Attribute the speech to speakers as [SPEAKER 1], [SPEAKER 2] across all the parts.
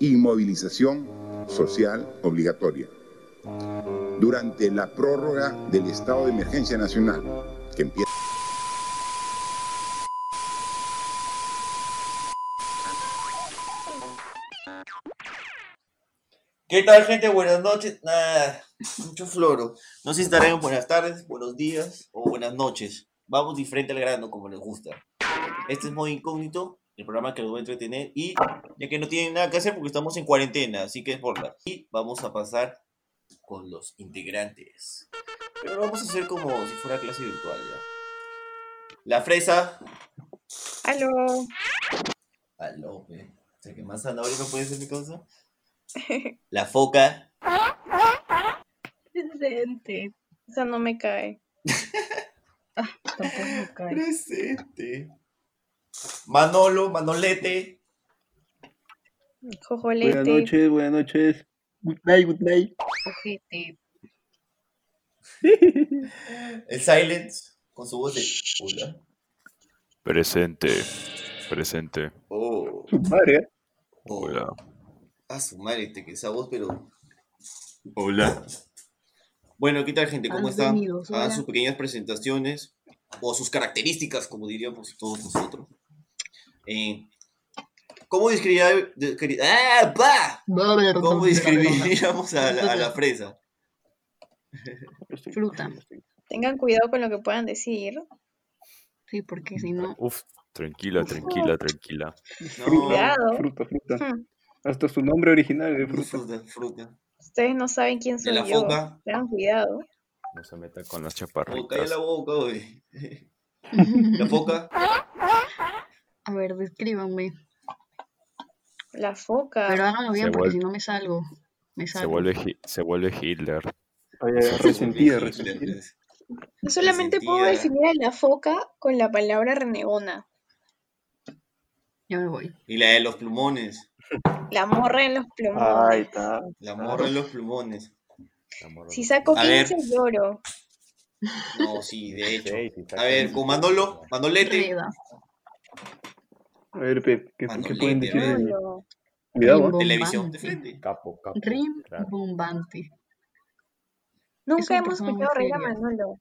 [SPEAKER 1] inmovilización social obligatoria durante la prórroga del estado de emergencia nacional que empieza
[SPEAKER 2] ¿Qué tal, gente? Buenas noches. Nada, mucho floro. No sé si estaremos buenas tardes, buenos días o buenas noches. Vamos diferente al grano, como les gusta. Este es Modo Incógnito, el programa que los va a entretener. Y ya que no tienen nada que hacer porque estamos en cuarentena, así que es por la. Y vamos a pasar con los integrantes. Pero lo vamos a hacer como si fuera clase virtual ya. La fresa.
[SPEAKER 3] Aló,
[SPEAKER 2] Aló, pe. O sea, que más zanahoria no puede ser mi causa. La foca.
[SPEAKER 3] presente. Esa no me cae. Ah, tampoco me cae.
[SPEAKER 2] Presente. Manolo, Manolete.
[SPEAKER 3] Jojolete,
[SPEAKER 4] Buenas noches, buenas noches. Good night, good night.
[SPEAKER 3] ojete.
[SPEAKER 2] El Silence, con su voz de hola.
[SPEAKER 5] Presente, presente.
[SPEAKER 2] Oh,
[SPEAKER 4] Su madre. ¿eh?
[SPEAKER 2] oh.
[SPEAKER 5] Hola.
[SPEAKER 2] A su madre, te que esa voz, pero.
[SPEAKER 5] Hola.
[SPEAKER 2] Bueno, ¿qué tal, gente? ¿Cómo
[SPEAKER 3] Han
[SPEAKER 2] están?
[SPEAKER 3] venido,
[SPEAKER 2] Hagan
[SPEAKER 3] hola.
[SPEAKER 2] sus pequeñas presentaciones o sus características, como diríamos todos nosotros. Eh, ¿Cómo describiría. descri- ¡Ah, bah! ¿Cómo describiríamos a la, a la fresa?
[SPEAKER 4] Yo estoy-
[SPEAKER 6] Fruta.
[SPEAKER 4] yo estoy-
[SPEAKER 3] Tengan cuidado con lo que puedan decir.
[SPEAKER 6] Sí, porque si no,
[SPEAKER 5] Uf, tranquila, tranquila, tranquila.
[SPEAKER 2] No,
[SPEAKER 3] Cuidado.
[SPEAKER 4] Fruta, fruta.
[SPEAKER 3] Hmm,
[SPEAKER 4] Hasta su nombre original es fruta.
[SPEAKER 2] fruta, fruta.
[SPEAKER 3] Ustedes no saben quién
[SPEAKER 2] De
[SPEAKER 3] soy
[SPEAKER 2] la
[SPEAKER 3] yo.
[SPEAKER 2] foca.
[SPEAKER 3] Tengan cuidado.
[SPEAKER 5] No se meta con las
[SPEAKER 2] Oh, calla la
[SPEAKER 5] chaparritas.
[SPEAKER 2] boca, oye. La foca.
[SPEAKER 6] a ver, descríbanme.
[SPEAKER 3] La foca.
[SPEAKER 6] Pero háganlo bien
[SPEAKER 5] Se
[SPEAKER 6] porque
[SPEAKER 5] vuel-
[SPEAKER 6] si no me salgo. Me salgo.
[SPEAKER 5] Se vuelve, Hi- se vuelve Hitler.
[SPEAKER 4] Oye, resentida, resentida.
[SPEAKER 3] Yo solamente puedo
[SPEAKER 2] sentía-
[SPEAKER 3] definir a la foca con la palabra renegona.
[SPEAKER 6] Ya me voy.
[SPEAKER 2] Y la de los plumones.
[SPEAKER 3] La morra en los
[SPEAKER 4] Ahí
[SPEAKER 3] plumones.
[SPEAKER 4] está.
[SPEAKER 2] La morra de los plumones.
[SPEAKER 3] Si saco
[SPEAKER 2] A ver.
[SPEAKER 3] 15 lloro.
[SPEAKER 2] No, sí, de hecho. A ver, con Manolo, Manolete.
[SPEAKER 6] Rueda.
[SPEAKER 4] A ver, Pep, ¿qué,
[SPEAKER 2] Manolete,
[SPEAKER 4] qué pueden decir?
[SPEAKER 2] ¿verdad?
[SPEAKER 4] de-
[SPEAKER 3] Lloro.
[SPEAKER 4] Cuidado, ¿eh?
[SPEAKER 2] Televisión de frente.
[SPEAKER 7] Capo, capo.
[SPEAKER 6] Rim
[SPEAKER 7] claro.
[SPEAKER 6] bombante.
[SPEAKER 3] Nunca
[SPEAKER 6] una
[SPEAKER 3] hemos
[SPEAKER 6] persona muy
[SPEAKER 3] escuchado reír a
[SPEAKER 6] seria.
[SPEAKER 3] Manolo.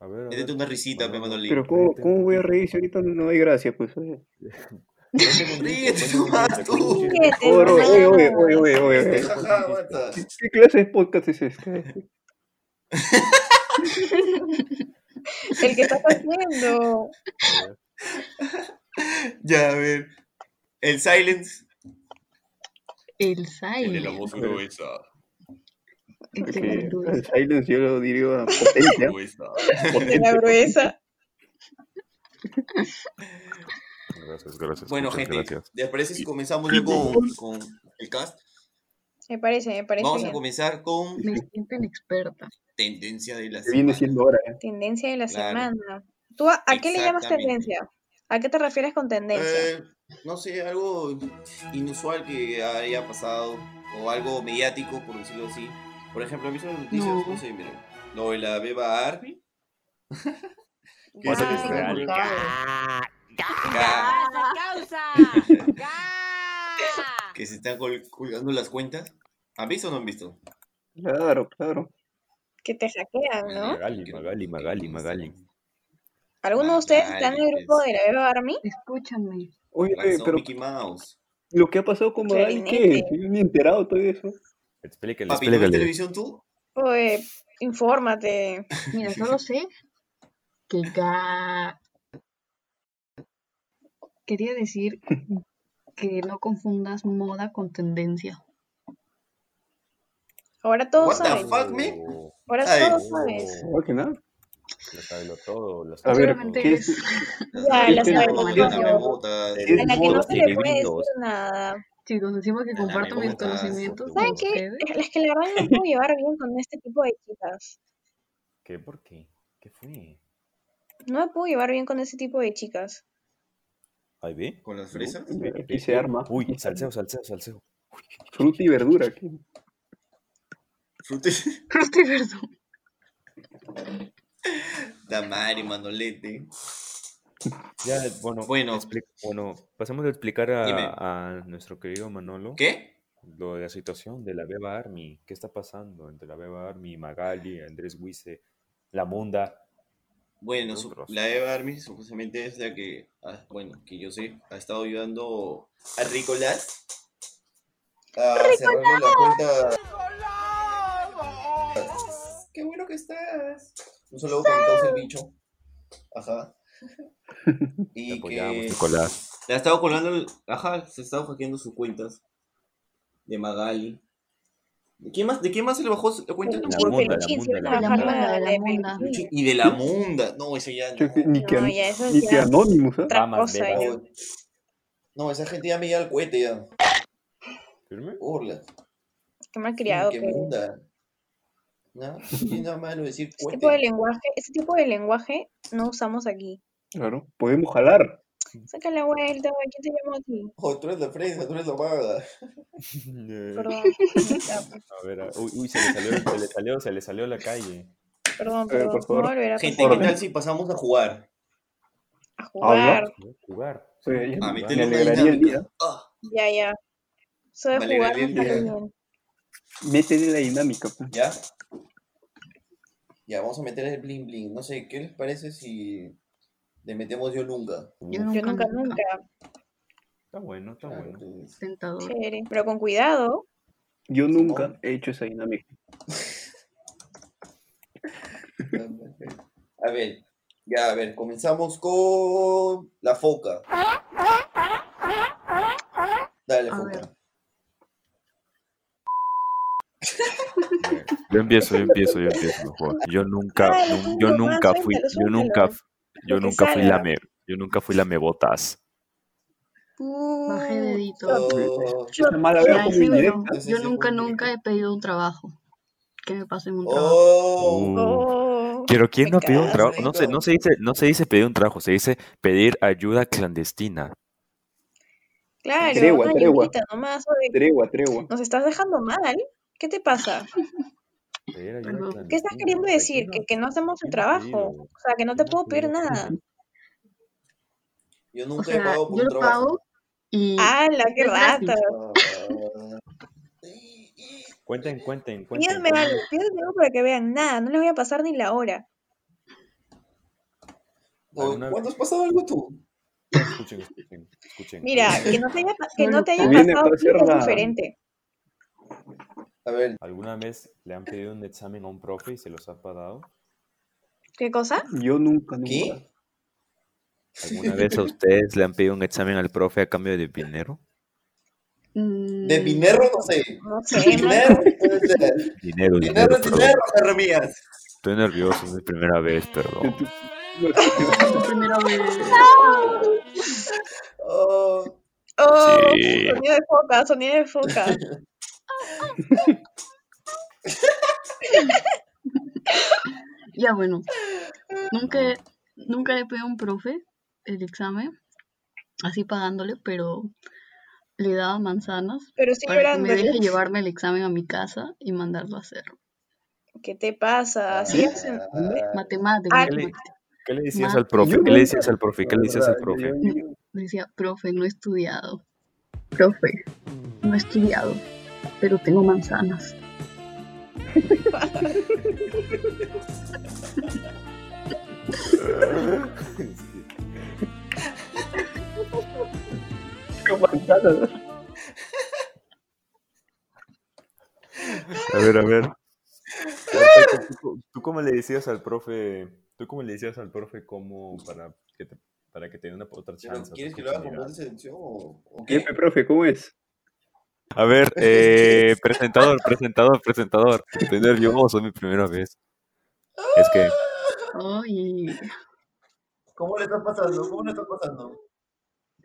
[SPEAKER 7] A ver, a ver.
[SPEAKER 2] Métete una risita, pe, Manolito.
[SPEAKER 4] Pero ¿cómo, cómo voy a reír si ahorita no hay gracia? Pues, oye.
[SPEAKER 7] Cuéntame un
[SPEAKER 2] Ríete
[SPEAKER 7] chiste, cuéntame un chiste,
[SPEAKER 2] nomás, tú.
[SPEAKER 7] cuéntame un chiste.
[SPEAKER 3] Ríete,
[SPEAKER 4] Oye,
[SPEAKER 3] no.
[SPEAKER 4] oye, oye, oye, oye, oye.
[SPEAKER 2] Ja, ja, aguanta.
[SPEAKER 4] ¿Qué, qué clase de podcast es este?
[SPEAKER 3] El que estás haciendo.
[SPEAKER 2] Ya, a ver. El silence.
[SPEAKER 6] El Silent.
[SPEAKER 2] voz
[SPEAKER 4] gruesa,
[SPEAKER 6] Este
[SPEAKER 4] Porque
[SPEAKER 6] boludo.
[SPEAKER 4] el silence yo lo diría a potencia.
[SPEAKER 3] De la
[SPEAKER 4] potencia.
[SPEAKER 3] gruesa.
[SPEAKER 5] Gracias, gracias.
[SPEAKER 2] Bueno,
[SPEAKER 5] muchas
[SPEAKER 2] gente,
[SPEAKER 5] Gracias.
[SPEAKER 2] ¿les parece si comenzamos ya con, con el cast?
[SPEAKER 3] Me parece, me parece.
[SPEAKER 2] Vamos a
[SPEAKER 3] bien.
[SPEAKER 2] comenzar con
[SPEAKER 6] Me siento inexperta.
[SPEAKER 2] tendencia de la
[SPEAKER 4] Que viene
[SPEAKER 2] semana.
[SPEAKER 4] siendo ahora, ¿eh?
[SPEAKER 3] Tendencia de la
[SPEAKER 2] Claro.
[SPEAKER 3] semana. ¿Tú a, a qué le llamas
[SPEAKER 2] Exactamente.
[SPEAKER 3] tendencia? ¿A qué te refieres con tendencia?
[SPEAKER 2] Eh, no sé, algo inusual que haya pasado o algo mediático, por decirlo así. Por ejemplo, he visto las noticias, no,
[SPEAKER 6] No.
[SPEAKER 2] sé, miren, lo de la beba Arby. que
[SPEAKER 3] Ya,
[SPEAKER 2] se
[SPEAKER 3] no
[SPEAKER 2] les está
[SPEAKER 3] me
[SPEAKER 2] colocando.
[SPEAKER 3] cabe.
[SPEAKER 2] Ga-
[SPEAKER 8] causa!
[SPEAKER 2] que se están col- colgando las cuentas. ¿Han visto o no han visto?
[SPEAKER 4] Claro, claro.
[SPEAKER 3] Que te hackean,
[SPEAKER 2] Mm,
[SPEAKER 3] ¿no?
[SPEAKER 7] Magali, Magali, Magali, Magali.
[SPEAKER 3] ¿Alguno de ustedes está en el grupo de la Beba Army?
[SPEAKER 6] Escúchame.
[SPEAKER 4] Oye, oye,
[SPEAKER 2] Lanzó
[SPEAKER 4] pero
[SPEAKER 2] Mickey Mouse.
[SPEAKER 4] lo que ha pasado con Magali, ¿qué?
[SPEAKER 3] Clarinete.
[SPEAKER 4] Yo ni he enterado todo eso.
[SPEAKER 5] Explíquenle,
[SPEAKER 2] Papi, ¿no ves
[SPEAKER 5] explíquenle.
[SPEAKER 2] televisión tú?
[SPEAKER 3] Pues, infórmate.
[SPEAKER 6] Mira, solo sé que ga... Quería decir que no confundas moda con tendencia.
[SPEAKER 3] Ahora todos
[SPEAKER 2] What the
[SPEAKER 3] saben.
[SPEAKER 2] fuck? me?
[SPEAKER 7] Oh,
[SPEAKER 3] Ahora
[SPEAKER 2] Ay.
[SPEAKER 3] todos sabes.
[SPEAKER 4] Claro que nada.
[SPEAKER 7] Lo sabelo todo, lo
[SPEAKER 4] A ver,
[SPEAKER 6] Seguramente
[SPEAKER 4] ¿qué
[SPEAKER 6] es-
[SPEAKER 4] es?
[SPEAKER 3] Ya, la
[SPEAKER 4] Sí, sí,
[SPEAKER 3] sabemos.
[SPEAKER 6] Mariana,
[SPEAKER 3] todos.
[SPEAKER 6] me
[SPEAKER 4] Es
[SPEAKER 3] A la que no se le
[SPEAKER 4] moda
[SPEAKER 3] puede decir
[SPEAKER 7] cerebritos.
[SPEAKER 3] nada.
[SPEAKER 6] Si nos decimos que
[SPEAKER 2] Dame
[SPEAKER 6] comparto mis
[SPEAKER 2] botas,
[SPEAKER 6] conocimientos,
[SPEAKER 3] ¿Saben
[SPEAKER 6] con
[SPEAKER 3] qué?
[SPEAKER 6] ustedes,
[SPEAKER 3] Es que la verdad no me puedo llevar bien con este tipo de chicas.
[SPEAKER 7] ¿Qué? ¿Por qué? ¿Qué fue?
[SPEAKER 3] No me puedo llevar bien con ese tipo de chicas.
[SPEAKER 7] ¿Ahí ve?
[SPEAKER 2] ¿Con las fresas?
[SPEAKER 4] eh, Y se arma.
[SPEAKER 7] Uy, salseo, salseo, salseo.
[SPEAKER 4] Fruta y verdura. ¿qué?
[SPEAKER 2] Frutas.
[SPEAKER 6] Fruta y verdura.
[SPEAKER 2] Tamari, Manolete.
[SPEAKER 5] Ya, bueno,
[SPEAKER 2] Bueno.
[SPEAKER 5] expli- bueno, pasemos a explicar a,
[SPEAKER 2] Dime.
[SPEAKER 5] a nuestro querido Manolo.
[SPEAKER 2] ¿Qué?
[SPEAKER 7] Lo de la situación de la Beba Army. ¿Qué está pasando entre la Beba Army, Magali, Andrés Huise, la Munda?
[SPEAKER 2] Bueno, su-
[SPEAKER 7] Otros.
[SPEAKER 2] la Eva Army supuestamente es la que, ah, bueno, que yo sé, ha estado ayudando a Ricolás a cerrarle la cuenta. ¡Qué bueno que estás! Un saludo para mi causa el bicho. Ajá.
[SPEAKER 7] Te
[SPEAKER 2] Y
[SPEAKER 7] apoyamos,
[SPEAKER 2] que
[SPEAKER 7] Nicolás.
[SPEAKER 2] le ha estado colando, el- ajá, se ha estado hackeando sus cuentas de Magali. ¿De quién más, de quién más se le bajó la cuenta?
[SPEAKER 3] El
[SPEAKER 7] La
[SPEAKER 3] chin,
[SPEAKER 7] munda,
[SPEAKER 3] el
[SPEAKER 7] la
[SPEAKER 3] chin,
[SPEAKER 7] munda,
[SPEAKER 3] sí,
[SPEAKER 7] la
[SPEAKER 3] bajarla
[SPEAKER 6] munda.
[SPEAKER 3] de
[SPEAKER 6] Pues La
[SPEAKER 3] de-
[SPEAKER 6] munda.
[SPEAKER 3] de-
[SPEAKER 2] Y de la Munda. No, ese ya no.
[SPEAKER 4] Ni que,
[SPEAKER 3] No, ya eso
[SPEAKER 4] ni
[SPEAKER 3] ya-
[SPEAKER 4] que Anonymous, ¿ah?
[SPEAKER 3] Otra
[SPEAKER 7] Ramas,
[SPEAKER 3] cosa,
[SPEAKER 7] bebas.
[SPEAKER 3] ya.
[SPEAKER 2] No, esa gente ya me lleva el cohete ya.
[SPEAKER 7] ¿Firme?
[SPEAKER 2] Burla.
[SPEAKER 3] Mm, Qué mal criado.
[SPEAKER 2] Qué
[SPEAKER 3] que-
[SPEAKER 2] munda. ¿No? No tiene nada malo decir
[SPEAKER 3] Ese
[SPEAKER 2] cohete.
[SPEAKER 3] tipo de lenguaje, ese tipo de lenguaje no usamos aquí.
[SPEAKER 4] Claro, podemos jalar.
[SPEAKER 3] Saca la vuelta, güey, ¿quién te llamó aquí?
[SPEAKER 2] Oh, tú eres la fresa, tú eres la vaga.
[SPEAKER 7] Eh,
[SPEAKER 3] Perdón,
[SPEAKER 7] A ver, a- uy, uy, se le salió, se le salió, se le salió la calle.
[SPEAKER 3] perdón,
[SPEAKER 4] A ver,
[SPEAKER 3] perdón.
[SPEAKER 4] por
[SPEAKER 3] No
[SPEAKER 4] favor.
[SPEAKER 3] volverá a
[SPEAKER 2] Gente, ¿qué
[SPEAKER 3] pasar
[SPEAKER 2] tal si pasamos a jugar?
[SPEAKER 3] a
[SPEAKER 4] Habla.
[SPEAKER 3] jugar.
[SPEAKER 7] Jugar.
[SPEAKER 4] Oye,
[SPEAKER 2] A
[SPEAKER 4] ya
[SPEAKER 5] Ah.
[SPEAKER 7] me
[SPEAKER 2] mí
[SPEAKER 4] me,
[SPEAKER 2] tengo Ah, una
[SPEAKER 4] alegraría el
[SPEAKER 2] dinámica.
[SPEAKER 4] día.
[SPEAKER 2] Ah,
[SPEAKER 3] Ya, ya. Eso de
[SPEAKER 2] Vale,
[SPEAKER 3] jugar no
[SPEAKER 2] Gabriel,
[SPEAKER 3] está
[SPEAKER 4] ya.
[SPEAKER 3] muy bien.
[SPEAKER 4] Métele la dinámica. pues.
[SPEAKER 2] ¿Ya? Ya, vamos a meter el bling bling. No sé, ¿qué les parece si le metemos yo nunca?
[SPEAKER 3] Yo nunca, nunca.
[SPEAKER 7] Está bueno, está
[SPEAKER 2] Claro,
[SPEAKER 7] bueno.
[SPEAKER 2] Ah, entonces,
[SPEAKER 6] Tentador.
[SPEAKER 3] Chévere. Pero con cuidado.
[SPEAKER 4] Yo nunca he hecho esa dinámica.
[SPEAKER 2] A ver, ya, a ver, comenzamos con la foca. Dale,
[SPEAKER 6] A
[SPEAKER 2] foca.
[SPEAKER 6] ver.
[SPEAKER 7] Bien.
[SPEAKER 5] Yo empiezo, yo empiezo, yo empiezo. los juegos. Yo nunca,
[SPEAKER 3] Dale,
[SPEAKER 5] nun-
[SPEAKER 3] suéltalo,
[SPEAKER 5] yo
[SPEAKER 3] va,
[SPEAKER 5] nunca fui,
[SPEAKER 3] suéltalo,
[SPEAKER 5] yo nunca,
[SPEAKER 3] suéltalo.
[SPEAKER 5] yo
[SPEAKER 3] Lo que
[SPEAKER 5] nunca fui
[SPEAKER 3] salga.
[SPEAKER 5] la me, yo nunca fui la mebotas.
[SPEAKER 6] Bajé dedito.
[SPEAKER 2] Oh,
[SPEAKER 4] Esa mala veo
[SPEAKER 6] Ya,
[SPEAKER 4] como
[SPEAKER 6] ese uno.
[SPEAKER 4] indirecta.
[SPEAKER 2] Ese
[SPEAKER 6] Yo
[SPEAKER 2] sí
[SPEAKER 6] nunca,
[SPEAKER 2] fue
[SPEAKER 6] nunca he
[SPEAKER 2] indirecto.
[SPEAKER 6] pedido un trabajo. Que me pasen un trabajo.
[SPEAKER 2] oh,
[SPEAKER 3] Oh,
[SPEAKER 5] Pero ¿quién
[SPEAKER 3] me
[SPEAKER 5] no ha pedido un
[SPEAKER 3] cago,
[SPEAKER 5] trabajo? No se,
[SPEAKER 2] rico.
[SPEAKER 5] no se dice, no se dice pedir un trabajo, se dice pedir ayuda clandestina.
[SPEAKER 3] claro,
[SPEAKER 4] Tregua,
[SPEAKER 3] una
[SPEAKER 4] tregua.
[SPEAKER 3] ayudita nomás. oye,
[SPEAKER 4] Tregua, tregua.
[SPEAKER 3] Nos estás dejando mal. ¿Qué te pasa?
[SPEAKER 7] Pedir ayuda
[SPEAKER 6] Perdón.
[SPEAKER 3] ¿Qué estás
[SPEAKER 7] clandestina.
[SPEAKER 3] queriendo
[SPEAKER 7] ¿A quién
[SPEAKER 3] decir?
[SPEAKER 7] no-
[SPEAKER 3] Que, que no
[SPEAKER 7] a
[SPEAKER 3] hacemos el
[SPEAKER 7] quién no ha pedido?
[SPEAKER 3] trabajo. O sea, que no te
[SPEAKER 7] ¿Quién no
[SPEAKER 3] puedo pedir
[SPEAKER 7] pedido?
[SPEAKER 3] nada.
[SPEAKER 2] yo
[SPEAKER 6] O
[SPEAKER 2] nunca he
[SPEAKER 6] sea,
[SPEAKER 2] pagado por
[SPEAKER 6] yo
[SPEAKER 2] un
[SPEAKER 6] lo
[SPEAKER 2] trabajo.
[SPEAKER 6] pago y
[SPEAKER 3] ¡Hala, qué
[SPEAKER 6] Es gratis.
[SPEAKER 3] rata!
[SPEAKER 2] Ah, y- y-
[SPEAKER 7] Cuenten, cuenten, cuenten.
[SPEAKER 3] Pídanme
[SPEAKER 7] ¿cuál
[SPEAKER 3] algo, pídanme algo para que vean nada. No les voy a pasar ni la hora.
[SPEAKER 2] no,
[SPEAKER 7] ¿Alguna vez?
[SPEAKER 2] ¿Cuándo has pasado algo tú?
[SPEAKER 7] es? Escuchen, escuchen, escuchen.
[SPEAKER 3] Mira,
[SPEAKER 7] A ver,
[SPEAKER 3] que no te haya, pa- que
[SPEAKER 6] No
[SPEAKER 3] no
[SPEAKER 6] lo
[SPEAKER 3] te haya
[SPEAKER 4] puedo. Viene
[SPEAKER 3] pasado
[SPEAKER 4] para
[SPEAKER 3] a ti
[SPEAKER 4] hacer
[SPEAKER 3] es
[SPEAKER 4] nada.
[SPEAKER 3] diferente.
[SPEAKER 2] A ver,
[SPEAKER 7] ¿Alguna vez le han pedido un examen a un profe y se los ha pagado?
[SPEAKER 3] ¿Qué cosa?
[SPEAKER 4] Yo nunca, nunca.
[SPEAKER 2] ¿qué?
[SPEAKER 5] ¿Alguna vez a ustedes le han pedido un examen al profe a cambio de dinero?
[SPEAKER 6] mm,
[SPEAKER 2] De Pinerro no sé.
[SPEAKER 3] No sé, no
[SPEAKER 2] Pinerro puede ser.
[SPEAKER 5] Dinero, dinero,
[SPEAKER 2] Pinerro,
[SPEAKER 5] perdón.
[SPEAKER 2] Pinerro, Jairo Mías.
[SPEAKER 5] Estoy nervioso, es mi primera vez, perdón.
[SPEAKER 6] Primero
[SPEAKER 2] Oh,
[SPEAKER 3] Oh,
[SPEAKER 5] Sí.
[SPEAKER 3] sonido de foca, sonido de foca.
[SPEAKER 6] Ya bueno, nunca, nunca le pedí a un profe el examen, así pagándole, pero le daba manzanas
[SPEAKER 3] Pero sí
[SPEAKER 6] para que me
[SPEAKER 3] llorando.
[SPEAKER 6] deje llevarme el examen a mi casa y mandarlo a hacer.
[SPEAKER 3] ¿Qué te
[SPEAKER 2] Ah,
[SPEAKER 3] pasa?
[SPEAKER 2] ¿eh?
[SPEAKER 3] Así hacen.
[SPEAKER 6] Matemática,
[SPEAKER 3] Ah,
[SPEAKER 5] ¿Qué le,
[SPEAKER 6] matemática.
[SPEAKER 5] qué le decías
[SPEAKER 6] Ma-
[SPEAKER 5] al profe?
[SPEAKER 4] Yo
[SPEAKER 5] ¿Qué le
[SPEAKER 4] nunca-
[SPEAKER 5] decías al profe? ¿Qué le decías al profe?
[SPEAKER 6] Decía, profe, no he estudiado. Profe, no he estudiado, pero tengo manzanas.
[SPEAKER 5] A ver, a ver.
[SPEAKER 7] Perfecto, ¿Tú, co- tú cómo le decías al profe, tú cómo le decías al profe cómo para que te, para que te dé una otra
[SPEAKER 2] pero
[SPEAKER 7] chance?
[SPEAKER 5] pues,
[SPEAKER 7] otra
[SPEAKER 2] ¿Quieres que lo haga con
[SPEAKER 7] oportunidad?
[SPEAKER 2] más atención o o
[SPEAKER 4] ¿Qué,
[SPEAKER 2] qué?
[SPEAKER 4] profe? ¿Cómo es?
[SPEAKER 5] A ver, eh, presentador, presentador, presentador. Estoy nervioso, es mi primera vez. Es que
[SPEAKER 6] Ay,
[SPEAKER 2] ¿Cómo le estás pasando? ¿Cómo le estás pasando?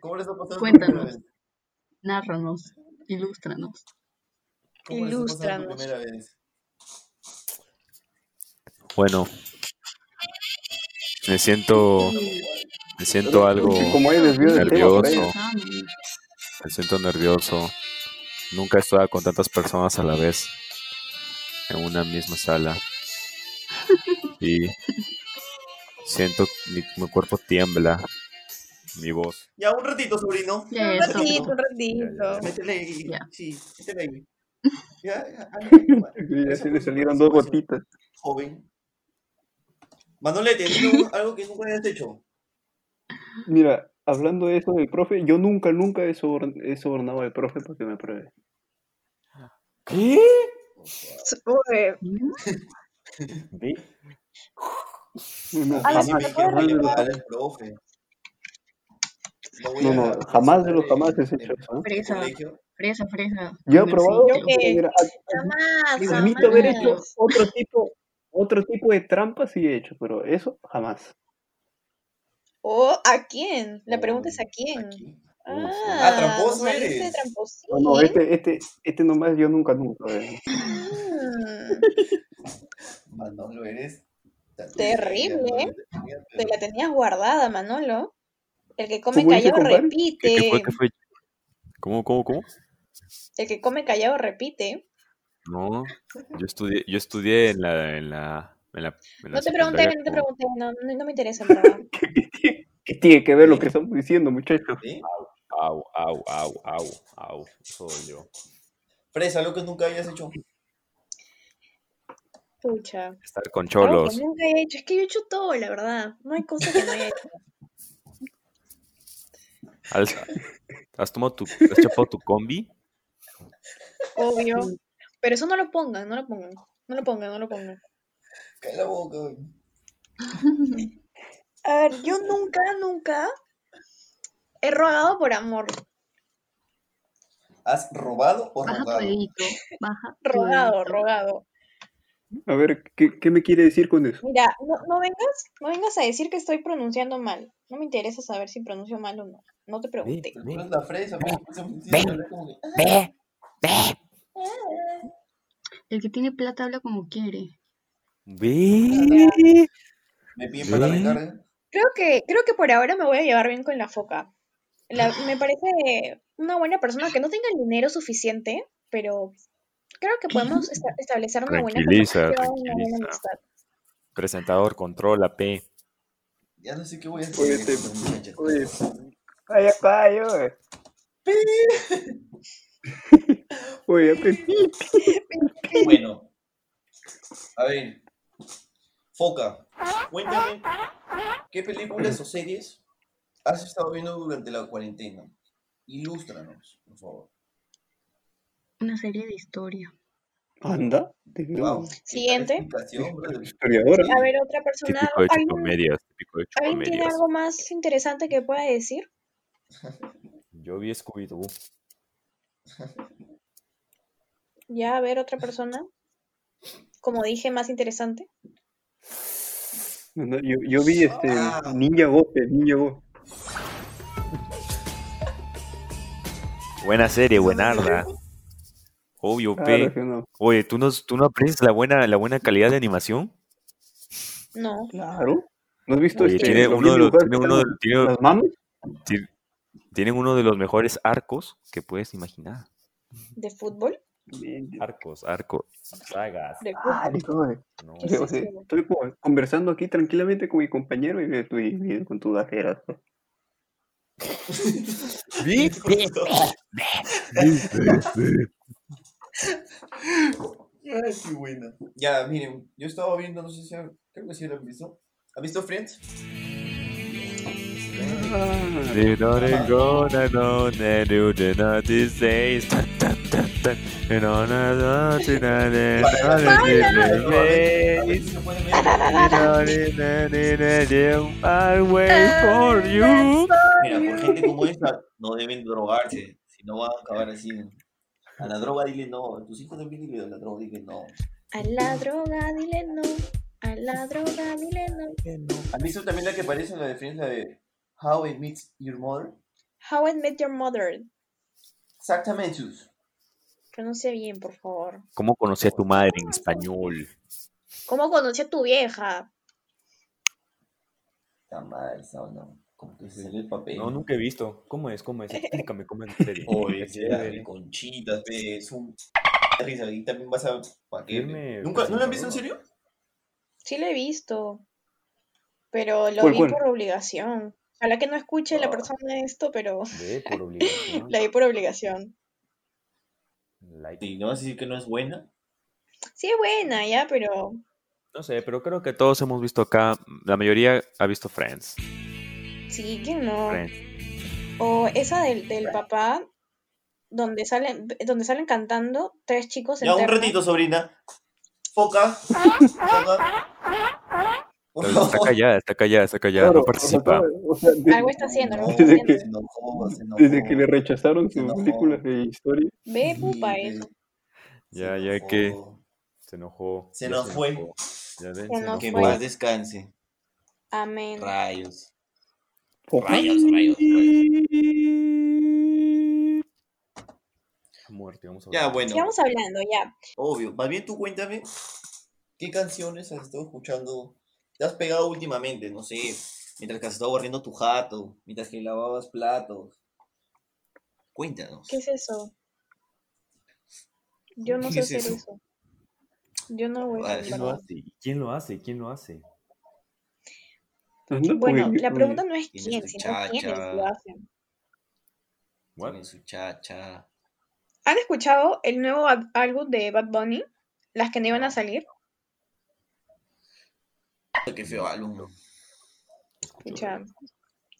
[SPEAKER 2] ¿Cómo le estás pasando?
[SPEAKER 6] Cuéntanos.
[SPEAKER 2] tu primera vez?
[SPEAKER 6] nárranos, ilústranos.
[SPEAKER 2] ¿Cómo le estás pasando tu
[SPEAKER 3] Ilústranos.
[SPEAKER 2] primera vez?
[SPEAKER 5] Bueno, me siento,
[SPEAKER 6] Sí,
[SPEAKER 5] me siento algo,
[SPEAKER 4] Como hay desvío de tema por ahí.
[SPEAKER 5] Nervioso.
[SPEAKER 6] examen.
[SPEAKER 5] me siento nervioso. Nunca he estado con tantas personas a la vez en una misma sala y siento mi, mi cuerpo tiembla, mi voz.
[SPEAKER 2] Ya, un ratito, sobrino.
[SPEAKER 6] Ya,
[SPEAKER 3] Un
[SPEAKER 6] ya, eso.
[SPEAKER 3] ratito, un ratito.
[SPEAKER 2] Métele ahí.
[SPEAKER 6] Ya.
[SPEAKER 2] Sí, métele ahí. Ya, ya, ándale,
[SPEAKER 4] Y así le salieron
[SPEAKER 2] Eso
[SPEAKER 4] dos
[SPEAKER 2] puede ser.
[SPEAKER 4] gotitas.
[SPEAKER 2] joven. Manolete, ¿tienes algo que nunca hayas hecho?
[SPEAKER 4] Mira, hablando de eso del profe, yo nunca, nunca he, soborn- he sobornado al profe para que me apruebe.
[SPEAKER 7] ¿Qué?
[SPEAKER 3] Oye,
[SPEAKER 6] ¿Mm?
[SPEAKER 4] No, no,
[SPEAKER 3] A la
[SPEAKER 4] jamás,
[SPEAKER 3] que
[SPEAKER 4] jamás de los,
[SPEAKER 2] Al profe. No, voy
[SPEAKER 4] no,
[SPEAKER 2] a-
[SPEAKER 4] no,
[SPEAKER 2] a
[SPEAKER 4] jamás de
[SPEAKER 2] presentar
[SPEAKER 4] los jamás
[SPEAKER 2] en-
[SPEAKER 4] he
[SPEAKER 2] en-
[SPEAKER 4] hecho eso. ¿eh?
[SPEAKER 2] en
[SPEAKER 6] Fresa,
[SPEAKER 2] colegio.
[SPEAKER 6] fresa, fresa.
[SPEAKER 4] Yo he
[SPEAKER 6] Primer
[SPEAKER 4] probado,
[SPEAKER 3] Pues yo
[SPEAKER 6] ciclo.
[SPEAKER 3] que
[SPEAKER 4] mira, a- a-
[SPEAKER 3] jamás,
[SPEAKER 4] admito haber hecho
[SPEAKER 3] jamás.
[SPEAKER 4] otro tipo, otro tipo de trampas sí he hecho, pero eso jamás.
[SPEAKER 3] ¿O Oh, a quién? La pregunta es a
[SPEAKER 2] Oh,
[SPEAKER 3] quién.
[SPEAKER 2] aquí. Oh, sí.
[SPEAKER 3] Ah,
[SPEAKER 2] Ah, tramposo
[SPEAKER 3] saliste
[SPEAKER 2] eres.
[SPEAKER 3] tramposín.
[SPEAKER 4] No, no, este, este, este nomás yo nunca, nunca. eh.
[SPEAKER 3] Mm,
[SPEAKER 2] Manolo, eres. tan-
[SPEAKER 3] Terrible, ¿eh?
[SPEAKER 2] Manolo,
[SPEAKER 3] te la tenías guardada, Manolo. El que come
[SPEAKER 4] ¿Cómo dice,
[SPEAKER 3] callado
[SPEAKER 4] compadre?
[SPEAKER 5] ¿Qué, qué fue?
[SPEAKER 3] repite.
[SPEAKER 5] ¿Qué fue? ¿Cómo, cómo, cómo?
[SPEAKER 3] El que come callado repite.
[SPEAKER 5] No, yo estudié, yo estudié en la, en la, en la, en la
[SPEAKER 3] No te pregunté,
[SPEAKER 5] secundaria
[SPEAKER 3] no te
[SPEAKER 5] con-
[SPEAKER 3] pregunté, no, no, no me interesa, en verdad.
[SPEAKER 4] ¿Qué tiene que ver lo que estamos diciendo, muchachos?
[SPEAKER 2] ¿sí?
[SPEAKER 7] Au, au, au, au, au. Eso dolió.
[SPEAKER 2] Fresa, algo que nunca hayas hecho.
[SPEAKER 3] Pucha.
[SPEAKER 5] estar con
[SPEAKER 3] Algo que
[SPEAKER 5] cholos.
[SPEAKER 3] nunca he hecho. Es que yo he hecho todo, la verdad. No hay cosa que no haya hecho.
[SPEAKER 5] ¿Has, has tomado tu, has chapado tu combi?
[SPEAKER 3] Obvio. Pero eso no lo pongan, no lo pongan. No lo pongan, no lo pongan.
[SPEAKER 2] Cae la boca. güey.
[SPEAKER 3] A ver, yo nunca, nunca he rogado por amor.
[SPEAKER 2] ¿Has robado
[SPEAKER 3] Ah,
[SPEAKER 2] o
[SPEAKER 6] Baja tu
[SPEAKER 2] rogado?
[SPEAKER 3] pues,
[SPEAKER 6] dedito, baja tu
[SPEAKER 3] Rogado,
[SPEAKER 6] dedito.
[SPEAKER 3] rogado.
[SPEAKER 4] A ver, ¿qué, qué me quiere decir con eso?
[SPEAKER 3] Mira, no, no vengas, no vengas a decir que estoy pronunciando mal. No me interesa saber si pronuncio mal o no. No te pregunté.
[SPEAKER 2] Pero tú eres la fresa, ven, como que, ah,
[SPEAKER 8] Ve, ve.
[SPEAKER 6] El que tiene plata habla como quiere.
[SPEAKER 5] Ve.
[SPEAKER 2] me piden para ¿eh? la
[SPEAKER 5] Ve.
[SPEAKER 2] recarga.
[SPEAKER 3] Creo que, creo que por ahora me voy a llevar bien con la foca. La- me parece una buena persona que no tenga el dinero suficiente, pero creo que podemos esta- establecer una buena
[SPEAKER 5] Tranquiliza,
[SPEAKER 3] conversación, una buena
[SPEAKER 5] tranquiliza.
[SPEAKER 3] amistad.
[SPEAKER 5] Presentador, controla P.
[SPEAKER 2] Ya no sé qué voy a hacer.
[SPEAKER 4] Oye, te-
[SPEAKER 2] con los muchachos.
[SPEAKER 4] oye, calla, calla, eh. Oye, pe-
[SPEAKER 2] Bueno, a ver, Foca, cuéntame, ¿qué películas o series has estado viendo durante la cuarentena? Ilústranos, por favor.
[SPEAKER 6] Una serie de historia.
[SPEAKER 4] anda, te veo.
[SPEAKER 2] Wow, qué tal
[SPEAKER 3] Siguiente.
[SPEAKER 2] explicación, brother.
[SPEAKER 4] Historiadora.
[SPEAKER 3] A ver, otra persona,
[SPEAKER 5] Típico de
[SPEAKER 3] ¿alguien,
[SPEAKER 5] chupamedias, típico de
[SPEAKER 3] ¿alguien tiene
[SPEAKER 5] chupamedias.
[SPEAKER 3] algo más interesante que pueda decir?
[SPEAKER 7] Yo vi Scooby-Doo.
[SPEAKER 3] Ya, a ver, otra persona, como dije, más interesante.
[SPEAKER 4] Anda, yo, yo vi este
[SPEAKER 2] Ah.
[SPEAKER 4] Ninja Gote, Ninja Gote.
[SPEAKER 5] Buena serie, buenarda. Obvio,
[SPEAKER 4] Claro
[SPEAKER 5] P.
[SPEAKER 4] que no.
[SPEAKER 5] Oye, ¿tú no, tú no aprecias la buena, la buena calidad de animación?
[SPEAKER 3] No,
[SPEAKER 4] Claro. ¿No has visto
[SPEAKER 3] No
[SPEAKER 5] Oye,
[SPEAKER 4] este,
[SPEAKER 5] tiene
[SPEAKER 4] los
[SPEAKER 5] uno
[SPEAKER 4] bien
[SPEAKER 5] de los,
[SPEAKER 4] dibujados que
[SPEAKER 5] tiene
[SPEAKER 4] están
[SPEAKER 5] uno de,
[SPEAKER 4] los-
[SPEAKER 5] tiene-
[SPEAKER 4] las manos?
[SPEAKER 5] ti- tienen uno de los mejores arcos que puedes imaginar.
[SPEAKER 3] de fútbol,
[SPEAKER 7] Arcos,
[SPEAKER 5] Arco.
[SPEAKER 7] sagas.
[SPEAKER 3] de
[SPEAKER 4] Ah,
[SPEAKER 3] fútbol.
[SPEAKER 4] de todo, de-
[SPEAKER 7] No.
[SPEAKER 3] ¿Qué es
[SPEAKER 4] o sea,
[SPEAKER 3] eso?
[SPEAKER 4] estoy co- conversando aquí tranquilamente con mi compañero y me estoy viendo con tu gajera.
[SPEAKER 5] ¿Sí?
[SPEAKER 2] Ay, qué buena. Ya, miren, yo estaba viendo, no sé si han- creo que sí lo han visto. ¿Han visto Friends?
[SPEAKER 5] They don't ain't gonna know that you do not these days. And on a lot in a day, on a different
[SPEAKER 2] A ver
[SPEAKER 5] way.
[SPEAKER 2] si se puede ver.
[SPEAKER 5] They don't ain't that in a day, I'll wait for you.
[SPEAKER 2] Mira, por gente como esa, no deben drogarse, si no van a acabar así. A la droga dile no, a tus hijos también dile a la droga dile no.
[SPEAKER 3] A la droga, dile no. A la droga, dile no.
[SPEAKER 2] ¿Has visto también la que aparece en la defensa de How It Meets Your Mother?
[SPEAKER 3] How I Met Your Mother.
[SPEAKER 2] Exactamente.
[SPEAKER 3] Pronuncia bien, por favor.
[SPEAKER 5] ¿Cómo conocí a tu madre en español?
[SPEAKER 3] ¿Cómo conocí a tu vieja?
[SPEAKER 2] Está mal, esa onda, Como que se salió el papel.
[SPEAKER 7] No, nunca he visto. ¿Cómo es? ¿Cómo es? Explícame cómo es la serie.
[SPEAKER 2] Oye, eh.
[SPEAKER 7] Qué
[SPEAKER 2] será
[SPEAKER 7] chévere.
[SPEAKER 2] de conchitas, de es un de risa. Y también vas a. ¿Para qué?
[SPEAKER 7] Firme
[SPEAKER 2] ¿Nunca, ¿No la han visto en
[SPEAKER 7] presentador.
[SPEAKER 2] serio?
[SPEAKER 3] Sí lo he visto, pero lo
[SPEAKER 4] ¿Cuál,
[SPEAKER 3] vi
[SPEAKER 4] cuál?
[SPEAKER 3] por obligación. Ojalá que no escuche la persona esto, pero
[SPEAKER 7] Ve, por obligación.
[SPEAKER 3] la di por obligación.
[SPEAKER 7] Like.
[SPEAKER 2] Y no vas a decir que no es buena.
[SPEAKER 3] Sí, es buena, ya, pero.
[SPEAKER 7] No sé, pero creo que todos hemos visto acá, la mayoría ha visto Friends.
[SPEAKER 3] Sí, que no.
[SPEAKER 7] Friends.
[SPEAKER 3] O esa del, del papá, donde salen, donde salen cantando tres chicos en
[SPEAKER 2] Ya, un
[SPEAKER 3] terno.
[SPEAKER 2] ratito, sobrina. Foca. Foca. Por
[SPEAKER 7] Pero Está
[SPEAKER 2] favor.
[SPEAKER 7] callada, está callada, está callada,
[SPEAKER 4] Claro,
[SPEAKER 7] no participa.
[SPEAKER 4] o sea, de-
[SPEAKER 3] Algo está haciendo, algo
[SPEAKER 2] No,
[SPEAKER 3] está
[SPEAKER 4] Desde
[SPEAKER 3] haciendo.
[SPEAKER 4] que-
[SPEAKER 2] se enojó, se
[SPEAKER 4] desde
[SPEAKER 2] enojó.
[SPEAKER 4] que le rechazaron
[SPEAKER 2] Se
[SPEAKER 4] sus
[SPEAKER 2] enojó.
[SPEAKER 4] películas de historia.
[SPEAKER 3] Ve, pupa,
[SPEAKER 2] Sí,
[SPEAKER 3] eh.
[SPEAKER 2] ve.
[SPEAKER 7] Ya,
[SPEAKER 2] Se
[SPEAKER 7] ya
[SPEAKER 2] enojó.
[SPEAKER 7] que- Se enojó.
[SPEAKER 2] Se
[SPEAKER 7] ya
[SPEAKER 2] nos fue.
[SPEAKER 7] enojó. Ya ven,
[SPEAKER 3] Se
[SPEAKER 7] se
[SPEAKER 3] nos
[SPEAKER 2] Que en
[SPEAKER 3] fue.
[SPEAKER 2] paz
[SPEAKER 7] enojó.
[SPEAKER 2] descanse.
[SPEAKER 3] Amén.
[SPEAKER 2] Rayos.
[SPEAKER 4] Ojalá.
[SPEAKER 2] Rayos, rayos, rayos.
[SPEAKER 7] Ha muerto, vamos a
[SPEAKER 2] Ya,
[SPEAKER 7] hablar.
[SPEAKER 2] bueno.
[SPEAKER 3] Sigamos hablando, ya.
[SPEAKER 2] Obvio. Más bien tú cuéntame qué canciones has estado escuchando. Te has pegado últimamente, no sé. Mientras que has estado barriendo tu jato, mientras que lavabas platos. Cuéntanos.
[SPEAKER 3] ¿Qué es eso? Yo no
[SPEAKER 2] ¿Qué
[SPEAKER 3] sé
[SPEAKER 2] es
[SPEAKER 3] hacer
[SPEAKER 2] eso? Ah,
[SPEAKER 3] eso. Yo no voy a
[SPEAKER 2] Vale,
[SPEAKER 3] hacer
[SPEAKER 7] ¿Quién lo
[SPEAKER 3] nada.
[SPEAKER 7] hace? ¿Quién lo hace? ¿Quién lo hace?
[SPEAKER 4] Anda con
[SPEAKER 3] Bueno,
[SPEAKER 4] el-
[SPEAKER 3] la
[SPEAKER 4] oye,
[SPEAKER 3] pregunta no es
[SPEAKER 2] ¿Quién es
[SPEAKER 3] quién,
[SPEAKER 2] tu
[SPEAKER 3] sino quiénes
[SPEAKER 2] chacha?
[SPEAKER 3] lo hacen.
[SPEAKER 7] What?
[SPEAKER 2] Tiene su chacha.
[SPEAKER 3] ¿Han escuchado el nuevo ad- álbum de Bad Bunny? Las que no iban a salir.
[SPEAKER 2] Qué feo álbum.
[SPEAKER 3] Escucha,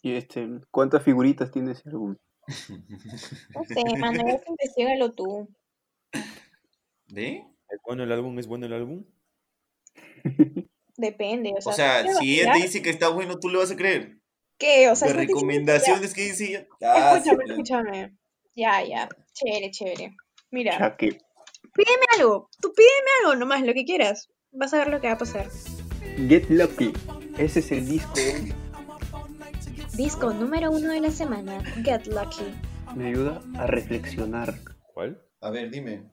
[SPEAKER 4] y este, ¿cuántas figuritas tiene ese álbum?
[SPEAKER 3] no sé, mano, ya que investigalo tú.
[SPEAKER 2] ¿De?
[SPEAKER 7] ¿Es bueno el álbum? ¿Es bueno el álbum?
[SPEAKER 3] Depende, o sea,
[SPEAKER 2] O sea,
[SPEAKER 3] ¿quieres
[SPEAKER 2] si ella te
[SPEAKER 3] vacilar?
[SPEAKER 2] dice que está bueno, tú le vas a creer.
[SPEAKER 3] ¿Qué? O sea,
[SPEAKER 2] de
[SPEAKER 3] yo te hice
[SPEAKER 2] recomendaciones que dice ella.
[SPEAKER 3] ya-
[SPEAKER 2] Ah,
[SPEAKER 3] Escúchame,
[SPEAKER 2] sí,
[SPEAKER 3] escúchame. Ya, ya. Chévere, chévere. Mira,
[SPEAKER 4] Ya que
[SPEAKER 3] pídeme algo. Tú pídeme algo nomás, lo que quieras. Vas a ver lo que va a pasar.
[SPEAKER 4] Get Lucky. Ese es el disco.
[SPEAKER 3] Disco número uno de la semana, Get Lucky.
[SPEAKER 4] Me ayuda a reflexionar.
[SPEAKER 7] ¿Cuál?
[SPEAKER 2] A ver, dime.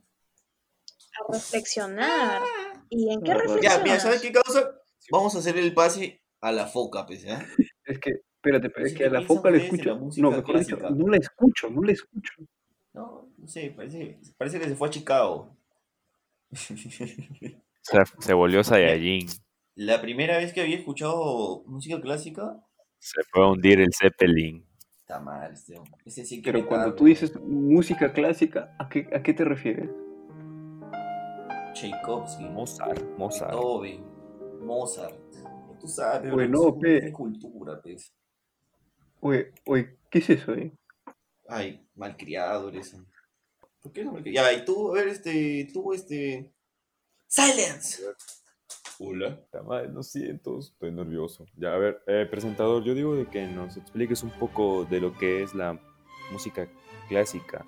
[SPEAKER 3] A reflexionar. ¿Y en qué
[SPEAKER 4] Ah, bueno.
[SPEAKER 2] Ya,
[SPEAKER 3] reflexionas?
[SPEAKER 2] mira, ¿sabes qué causa? Vamos a hacer el pase a la foca, pues, ¿ya?
[SPEAKER 4] Es que, espérate, pero es
[SPEAKER 2] Dicen
[SPEAKER 4] que
[SPEAKER 2] que
[SPEAKER 4] a la
[SPEAKER 2] piensan
[SPEAKER 4] foca la
[SPEAKER 2] ustedes en la
[SPEAKER 4] escucho.
[SPEAKER 2] música
[SPEAKER 4] No, mejor dicho,
[SPEAKER 2] clásica.
[SPEAKER 4] no la escucho, no la escucho.
[SPEAKER 2] No, no sé, parece, parece que se fue a Chicago.
[SPEAKER 5] Se, se volvió Saiyajin.
[SPEAKER 2] La primera vez que había escuchado música clásica,
[SPEAKER 5] Se fue a hundir el Zeppelin.
[SPEAKER 2] está mal, este hombre. Ese sí que
[SPEAKER 4] Pero
[SPEAKER 2] le
[SPEAKER 4] cuando
[SPEAKER 2] da,
[SPEAKER 4] tú dices música clásica, ¿a qué, a qué te refieres?
[SPEAKER 2] Tchaikovsky,
[SPEAKER 7] Mozart. Mozart.
[SPEAKER 2] Beethoven, Mozart. Tú sabes,
[SPEAKER 4] Oye,
[SPEAKER 2] bro,
[SPEAKER 4] no,
[SPEAKER 2] uno
[SPEAKER 4] pe.
[SPEAKER 2] tiene cultura, pues.
[SPEAKER 4] Oye, oye, ¿qué es eso, eh?
[SPEAKER 2] Ay, malcriado eres. hombre. ¿Por qué no malcriado? Ya, y tú, a ver, este, tú, este... ¡Silence! Hola.
[SPEAKER 7] Puta madre, no siento, estoy nervioso. Ya, a ver, eh, presentador, yo digo de que nos expliques un poco de lo que es la música clásica.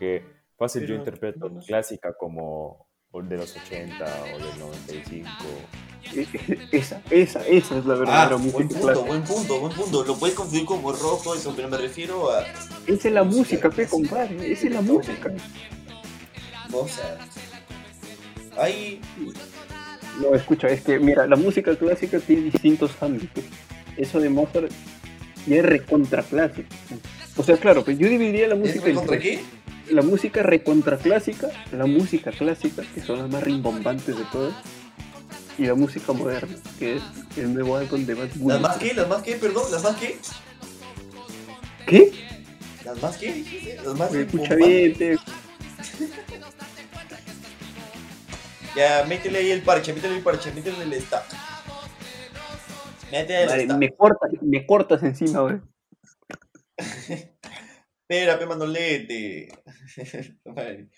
[SPEAKER 7] Que fácil yo
[SPEAKER 2] Pero,
[SPEAKER 7] interpreto
[SPEAKER 2] no sé.
[SPEAKER 7] clásica como o de los 80 o del 95.
[SPEAKER 4] E- e- Esa, esa, esa es la verdadera
[SPEAKER 2] Ah, buen
[SPEAKER 4] música
[SPEAKER 2] punto,
[SPEAKER 4] clásica.
[SPEAKER 2] buen punto, buen punto. Lo puedes confundir como rojo, eso, pero me refiero a
[SPEAKER 4] Esa es la
[SPEAKER 2] música
[SPEAKER 4] música, pe,
[SPEAKER 2] clásica.
[SPEAKER 4] compadre. Esa es la música.
[SPEAKER 2] Mozart. Ahí,
[SPEAKER 4] No, escucha, es que mira, la música clásica tiene distintos ámbitos. Eso de Mozart ya es recontraclásico. O sea, claro, pues yo dividiría la
[SPEAKER 2] ¿es
[SPEAKER 4] música en
[SPEAKER 2] contra
[SPEAKER 4] tres.
[SPEAKER 2] qué?
[SPEAKER 4] La música recontraclásica, la música clásica, que son las más rimbombantes de todas, y la música moderna, que es el nuevo álbum de Bad Bunny.
[SPEAKER 2] ¿Las más qué? ¿Las más qué? Perdón, ¿las más qué?
[SPEAKER 4] ¿Qué?
[SPEAKER 2] ¿Las más qué? dijiste? ¿Las más
[SPEAKER 4] Me
[SPEAKER 2] qué?
[SPEAKER 4] escucha bien, te-
[SPEAKER 2] Ya, métele ahí el parche, métele el parche, métele el stack. Métele el
[SPEAKER 4] Vale,
[SPEAKER 2] stack.
[SPEAKER 4] me cortas, me cortas encima, güey.
[SPEAKER 2] Espera, pe manolete. Vale.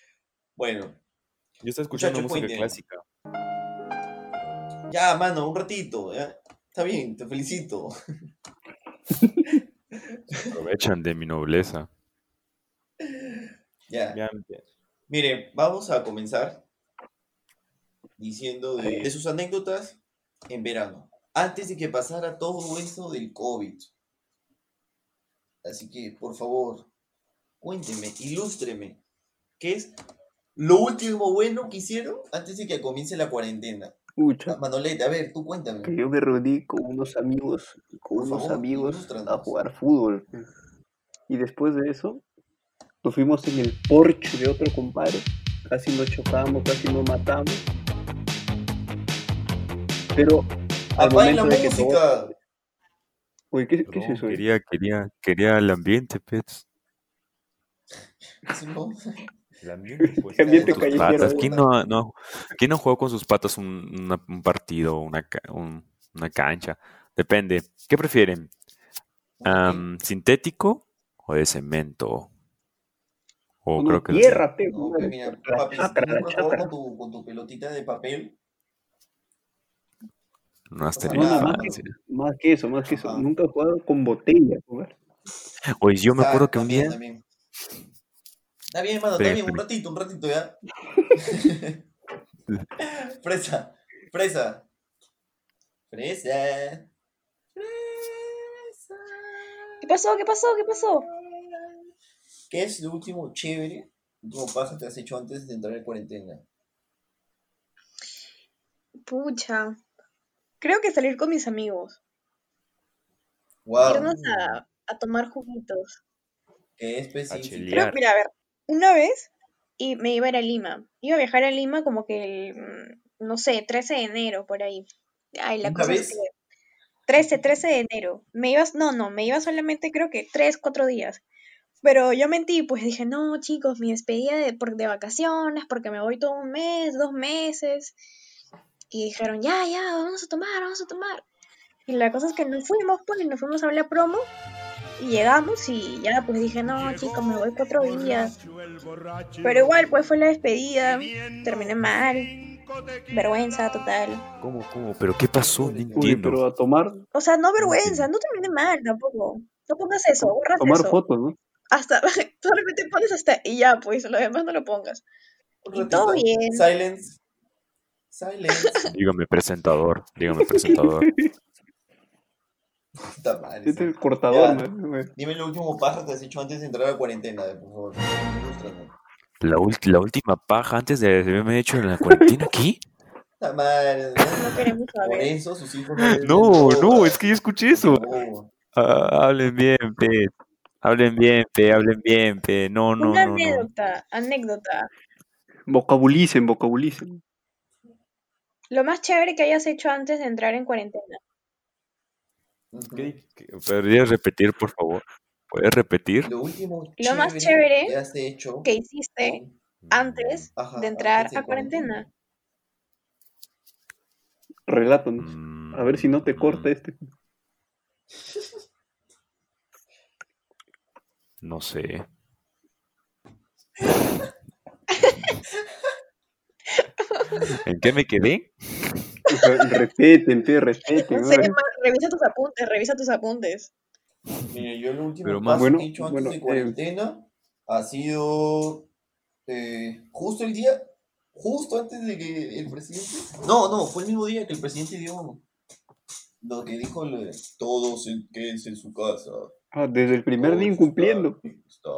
[SPEAKER 2] bueno,
[SPEAKER 7] Yo estoy escuchando
[SPEAKER 2] Muchacho,
[SPEAKER 7] música
[SPEAKER 2] puente.
[SPEAKER 7] clásica.
[SPEAKER 2] ya, mano, un ratito. ¿ya? Está bien, te felicito.
[SPEAKER 5] Se aprovechan de mi nobleza.
[SPEAKER 2] Ya.
[SPEAKER 7] Ya, ya.
[SPEAKER 2] Mire, vamos a comenzar diciendo de, de sus anécdotas en verano, antes de que pasara todo esto del COVID. Así que, por favor, cuénteme, ilústreme, ¿qué es lo último bueno que hicieron antes de que comience la cuarentena?
[SPEAKER 4] Escucha,
[SPEAKER 2] Ah, Manolete, a ver, tú
[SPEAKER 4] que
[SPEAKER 2] cuéntame.
[SPEAKER 4] yo me reuní con unos amigos, con
[SPEAKER 2] Por
[SPEAKER 4] unos
[SPEAKER 2] favor,
[SPEAKER 4] amigos a
[SPEAKER 2] ilústranos.
[SPEAKER 4] jugar fútbol. Y después de eso, nos fuimos en el porche de otro compadre. Casi nos chocamos, casi nos matamos. Pero al
[SPEAKER 2] Apaguen la
[SPEAKER 4] momento de que todos-
[SPEAKER 2] música.
[SPEAKER 4] Oye, ¿qué, qué es
[SPEAKER 7] Perdón,
[SPEAKER 4] eso?
[SPEAKER 5] Quería, quería, quería el ambiente, pets.
[SPEAKER 2] Es un mouse.
[SPEAKER 7] El ambiente, pues,
[SPEAKER 4] El ambiente
[SPEAKER 7] con
[SPEAKER 5] Tus
[SPEAKER 7] tus
[SPEAKER 4] callejero.
[SPEAKER 5] patas.
[SPEAKER 7] patas.
[SPEAKER 5] ¿Quién no, ha- no, ¿Quién no jugó con sus patas un, una- un partido, una, ca- un- una cancha? Depende. ¿Qué prefieren? Am, ¿Sintético o de cemento? O
[SPEAKER 4] Con
[SPEAKER 5] creo que el
[SPEAKER 4] tierra, te,
[SPEAKER 2] No,
[SPEAKER 4] madre.
[SPEAKER 2] mira,
[SPEAKER 4] La
[SPEAKER 2] papi, si
[SPEAKER 4] chacra,
[SPEAKER 2] tienes
[SPEAKER 4] la
[SPEAKER 2] un juego
[SPEAKER 4] chacra.
[SPEAKER 2] con tu, con tu pelotita de papel,
[SPEAKER 5] cemento. No has tenido
[SPEAKER 4] No, nada más,
[SPEAKER 5] infancia.
[SPEAKER 4] más que eso, más que eso.
[SPEAKER 2] Ajá.
[SPEAKER 4] Nunca he jugado con botella. compadre.
[SPEAKER 5] Oye, yo me
[SPEAKER 2] Está-
[SPEAKER 5] acuerdo que un
[SPEAKER 2] también,
[SPEAKER 5] día...
[SPEAKER 2] también. Está bien, mano, está
[SPEAKER 5] Espera,
[SPEAKER 2] bien, un
[SPEAKER 5] espera.
[SPEAKER 2] ratito, un ratito ya. fresa, fresa. Fresa. Fresa.
[SPEAKER 3] ¿Qué pasó? ¿Qué pasó? ¿Qué pasó?
[SPEAKER 2] ¿Qué es lo último chévere, último paso que has hecho antes de entrar en cuarentena?
[SPEAKER 3] Pucha. Creo que salir con mis amigos.
[SPEAKER 2] Wow,
[SPEAKER 3] Irnos a, a tomar juguitos.
[SPEAKER 2] qué
[SPEAKER 7] A
[SPEAKER 2] específico.
[SPEAKER 7] chelear.
[SPEAKER 3] Creo- mira, a ver, una vez y me iba a ir a Lima. Iba a viajar a Lima como que el, mm, no sé, 13 de enero, por ahí. Ay, la
[SPEAKER 2] ¿Una
[SPEAKER 3] cosa es
[SPEAKER 2] vez?
[SPEAKER 3] que- 13, 13 de enero. Me ibas, no, no, me iba solamente creo que 3, 4 días. Pero yo mentí, pues dije, no, chicos, mi despedida de, por- de vacaciones, porque me voy todo un mes, dos meses. Y dijeron, ya, ya, vamos a tomar, vamos a tomar. Y la cosa es que nos fuimos, pues, nos fuimos a la promo. Y llegamos y ya, pues dije, no, chicos, me voy cuatro días. Pero igual, pues fue la despedida. Terminé mal. Vergüenza total.
[SPEAKER 5] ¿Cómo, cómo? ¿Pero qué pasó? No
[SPEAKER 4] Uy,
[SPEAKER 5] entiendo.
[SPEAKER 4] pero a tomar,
[SPEAKER 3] O sea, no vergüenza, no terminé mal tampoco. No pongas eso, borras
[SPEAKER 4] tomar
[SPEAKER 3] eso.
[SPEAKER 4] fotos, ¿no?
[SPEAKER 3] Hasta, solamente pones hasta y ya, pues, lo demás no lo pongas.
[SPEAKER 2] Un
[SPEAKER 3] Y todo
[SPEAKER 2] ratito.
[SPEAKER 3] bien.
[SPEAKER 2] Silence. Silence.
[SPEAKER 5] Dígame presentador, dígame presentador.
[SPEAKER 2] Puta madre,
[SPEAKER 4] Este es el
[SPEAKER 2] sí.
[SPEAKER 4] cortador,
[SPEAKER 2] Ya.
[SPEAKER 4] ¿no? Eh, Güey.
[SPEAKER 2] Dime el último paso que has hecho antes de entrar a cuarentena, por favor. Ilústrame.
[SPEAKER 5] La, ult- la última paja antes de haberme hecho en la cuarentena aquí.
[SPEAKER 2] Puta madre, ¿no?
[SPEAKER 3] No queremos
[SPEAKER 2] Por
[SPEAKER 3] saber.
[SPEAKER 2] eso sus hijos no. ven
[SPEAKER 5] No,
[SPEAKER 2] el
[SPEAKER 5] no,
[SPEAKER 2] boba.
[SPEAKER 5] es que yo escuché eso.
[SPEAKER 2] Bobo.
[SPEAKER 5] Ah, hablen bien, pe. Hablen bien, pe. Hablen bien, pe. No, no,
[SPEAKER 3] Una
[SPEAKER 5] no, no.
[SPEAKER 3] anécdota, anécdota.
[SPEAKER 4] Vocabulicen, vocabulicen.
[SPEAKER 3] Lo más chévere que hayas hecho antes de entrar en cuarentena.
[SPEAKER 2] Ujú.
[SPEAKER 5] ¿Qué- qué- ¿Podrías repetir, por favor? ¿Puedes repetir?
[SPEAKER 2] Lo último
[SPEAKER 3] Lo más chévere
[SPEAKER 2] que has hecho
[SPEAKER 3] ¿Qué hiciste
[SPEAKER 2] con-
[SPEAKER 3] antes
[SPEAKER 2] Ajá,
[SPEAKER 3] de entrar
[SPEAKER 2] antes de
[SPEAKER 3] a cuarentena?
[SPEAKER 4] Relátanos.
[SPEAKER 5] Mm,
[SPEAKER 4] A ver si no te corta este.
[SPEAKER 5] No sé. ¿En qué me quedé?
[SPEAKER 4] Re- Repeten, pe, repeten.
[SPEAKER 3] No sé,
[SPEAKER 4] ¿no?
[SPEAKER 3] ma- revisa tus apuntes, revisa tus apuntes.
[SPEAKER 2] Mira, yo lo último
[SPEAKER 5] Pero
[SPEAKER 2] paso
[SPEAKER 5] más-
[SPEAKER 4] Bueno,
[SPEAKER 2] que he hecho antes
[SPEAKER 4] bueno,
[SPEAKER 2] de
[SPEAKER 4] eh.
[SPEAKER 2] cuarentena ha sido eh, justo el día, justo antes de que el presidente. No, no, fue el mismo día que el presidente dio lo que dijo lo de, todos en- quédense en su casa.
[SPEAKER 4] Ah, desde el primer
[SPEAKER 2] todos
[SPEAKER 4] día incumpliendo.
[SPEAKER 2] están- están".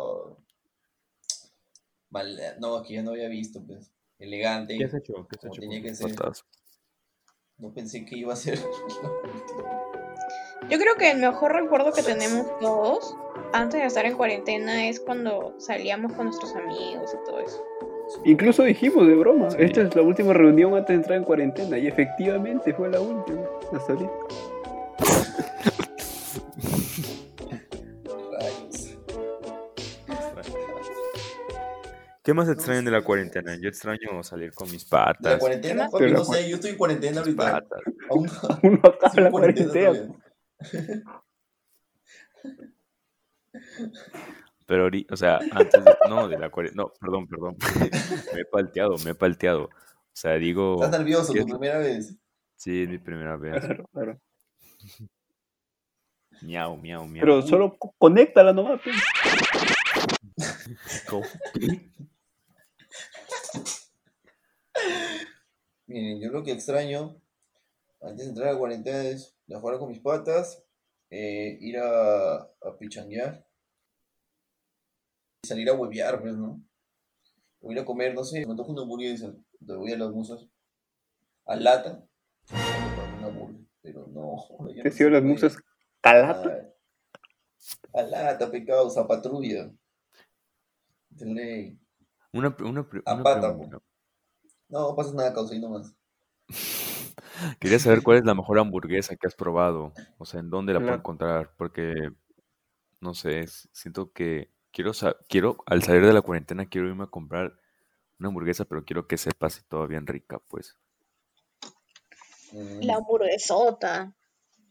[SPEAKER 2] Mal- no, aquí ya no había visto, pues. Elegante.
[SPEAKER 7] ¿Qué has hecho? ¿Qué has
[SPEAKER 2] Como
[SPEAKER 7] hecho
[SPEAKER 2] tenía
[SPEAKER 7] con
[SPEAKER 2] que
[SPEAKER 7] tus
[SPEAKER 2] ser.
[SPEAKER 5] Patas.
[SPEAKER 2] No pensé que iba a ser.
[SPEAKER 3] Yo creo que el mejor recuerdo que tenemos todos antes de estar en cuarentena es cuando salíamos con nuestros amigos y todo eso.
[SPEAKER 4] Incluso dijimos de broma, esta es la última reunión antes de entrar en cuarentena y efectivamente fue la última hasta ahorita.
[SPEAKER 2] Rayos.
[SPEAKER 5] ¿Qué más extrañan de la cuarentena? Yo extraño salir con mis patas.
[SPEAKER 2] ¿De la cuarentena?
[SPEAKER 3] más?
[SPEAKER 2] Papi,
[SPEAKER 4] Pero
[SPEAKER 2] no sé, yo estoy en cuarentena
[SPEAKER 5] mis
[SPEAKER 2] ahorita.
[SPEAKER 5] patas.
[SPEAKER 2] Aún no-
[SPEAKER 4] Uno acaba
[SPEAKER 2] estoy en
[SPEAKER 4] la cuarentena.
[SPEAKER 2] todavía.
[SPEAKER 5] Pero, ahori- o sea, antes de, no, de la cuarentena, no, perdón, perdón, me he palteado, me he palteado. O sea, digo,
[SPEAKER 2] Estás nervioso,
[SPEAKER 5] ¿qué
[SPEAKER 2] tu
[SPEAKER 5] es?
[SPEAKER 2] primera vez.
[SPEAKER 5] sí, es mi primera vez.
[SPEAKER 4] Claro, claro.
[SPEAKER 5] Miau, miau, miau.
[SPEAKER 4] Pero solo co- conéctala nomás. pues. pe.
[SPEAKER 5] ¿Cómo?
[SPEAKER 2] Miren, yo lo que extraño antes de entrar a la cuarentena es la jugar con mis patas, eh, ir a, a pichanguear, y salir a huevear, pues, ¿no? O ir a comer, no sé, me antojo una hamburguesa, te voy a las musas, a lata, una hamburguesa, pero no, joder, ya
[SPEAKER 4] Te
[SPEAKER 2] no
[SPEAKER 4] sido
[SPEAKER 2] se
[SPEAKER 4] las
[SPEAKER 2] puede.
[SPEAKER 4] musas calata.
[SPEAKER 2] Ay, A lata, pecado, zapatrulla. De ley.
[SPEAKER 5] Una, pre- una pre-
[SPEAKER 2] A
[SPEAKER 5] una
[SPEAKER 2] pata,
[SPEAKER 5] pregunta.
[SPEAKER 2] No, no pasa nada, causa, ahí nomás.
[SPEAKER 5] Quería saber cuál es la mejor hamburguesa que has probado. O sea, en dónde la puedo
[SPEAKER 4] Claro.
[SPEAKER 5] encontrar. Porque, no sé, s- siento que quiero, sa- quiero, al salir de la cuarentena, quiero irme a comprar una hamburguesa, pero quiero que sepa si todo bien rica, pues.
[SPEAKER 2] Mm.
[SPEAKER 3] La hamburguesota.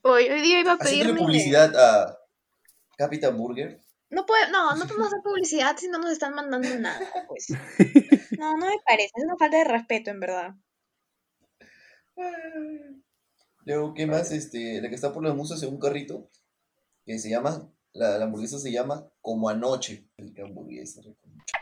[SPEAKER 3] Hoy, hoy día iba a
[SPEAKER 2] Haciéndole
[SPEAKER 3] pedirme.
[SPEAKER 2] publicidad a Capitan Burger.
[SPEAKER 3] No, puede, no, no podemos hacer publicidad si no nos están mandando nada, pues. No, no me parece. Es una falta de respeto, en verdad.
[SPEAKER 2] Luego, ¿qué más? Este, la que está por los musos en un carrito que se llama, la, la hamburguesa se llama Como Anoche. Rica hamburguesa, reconcha.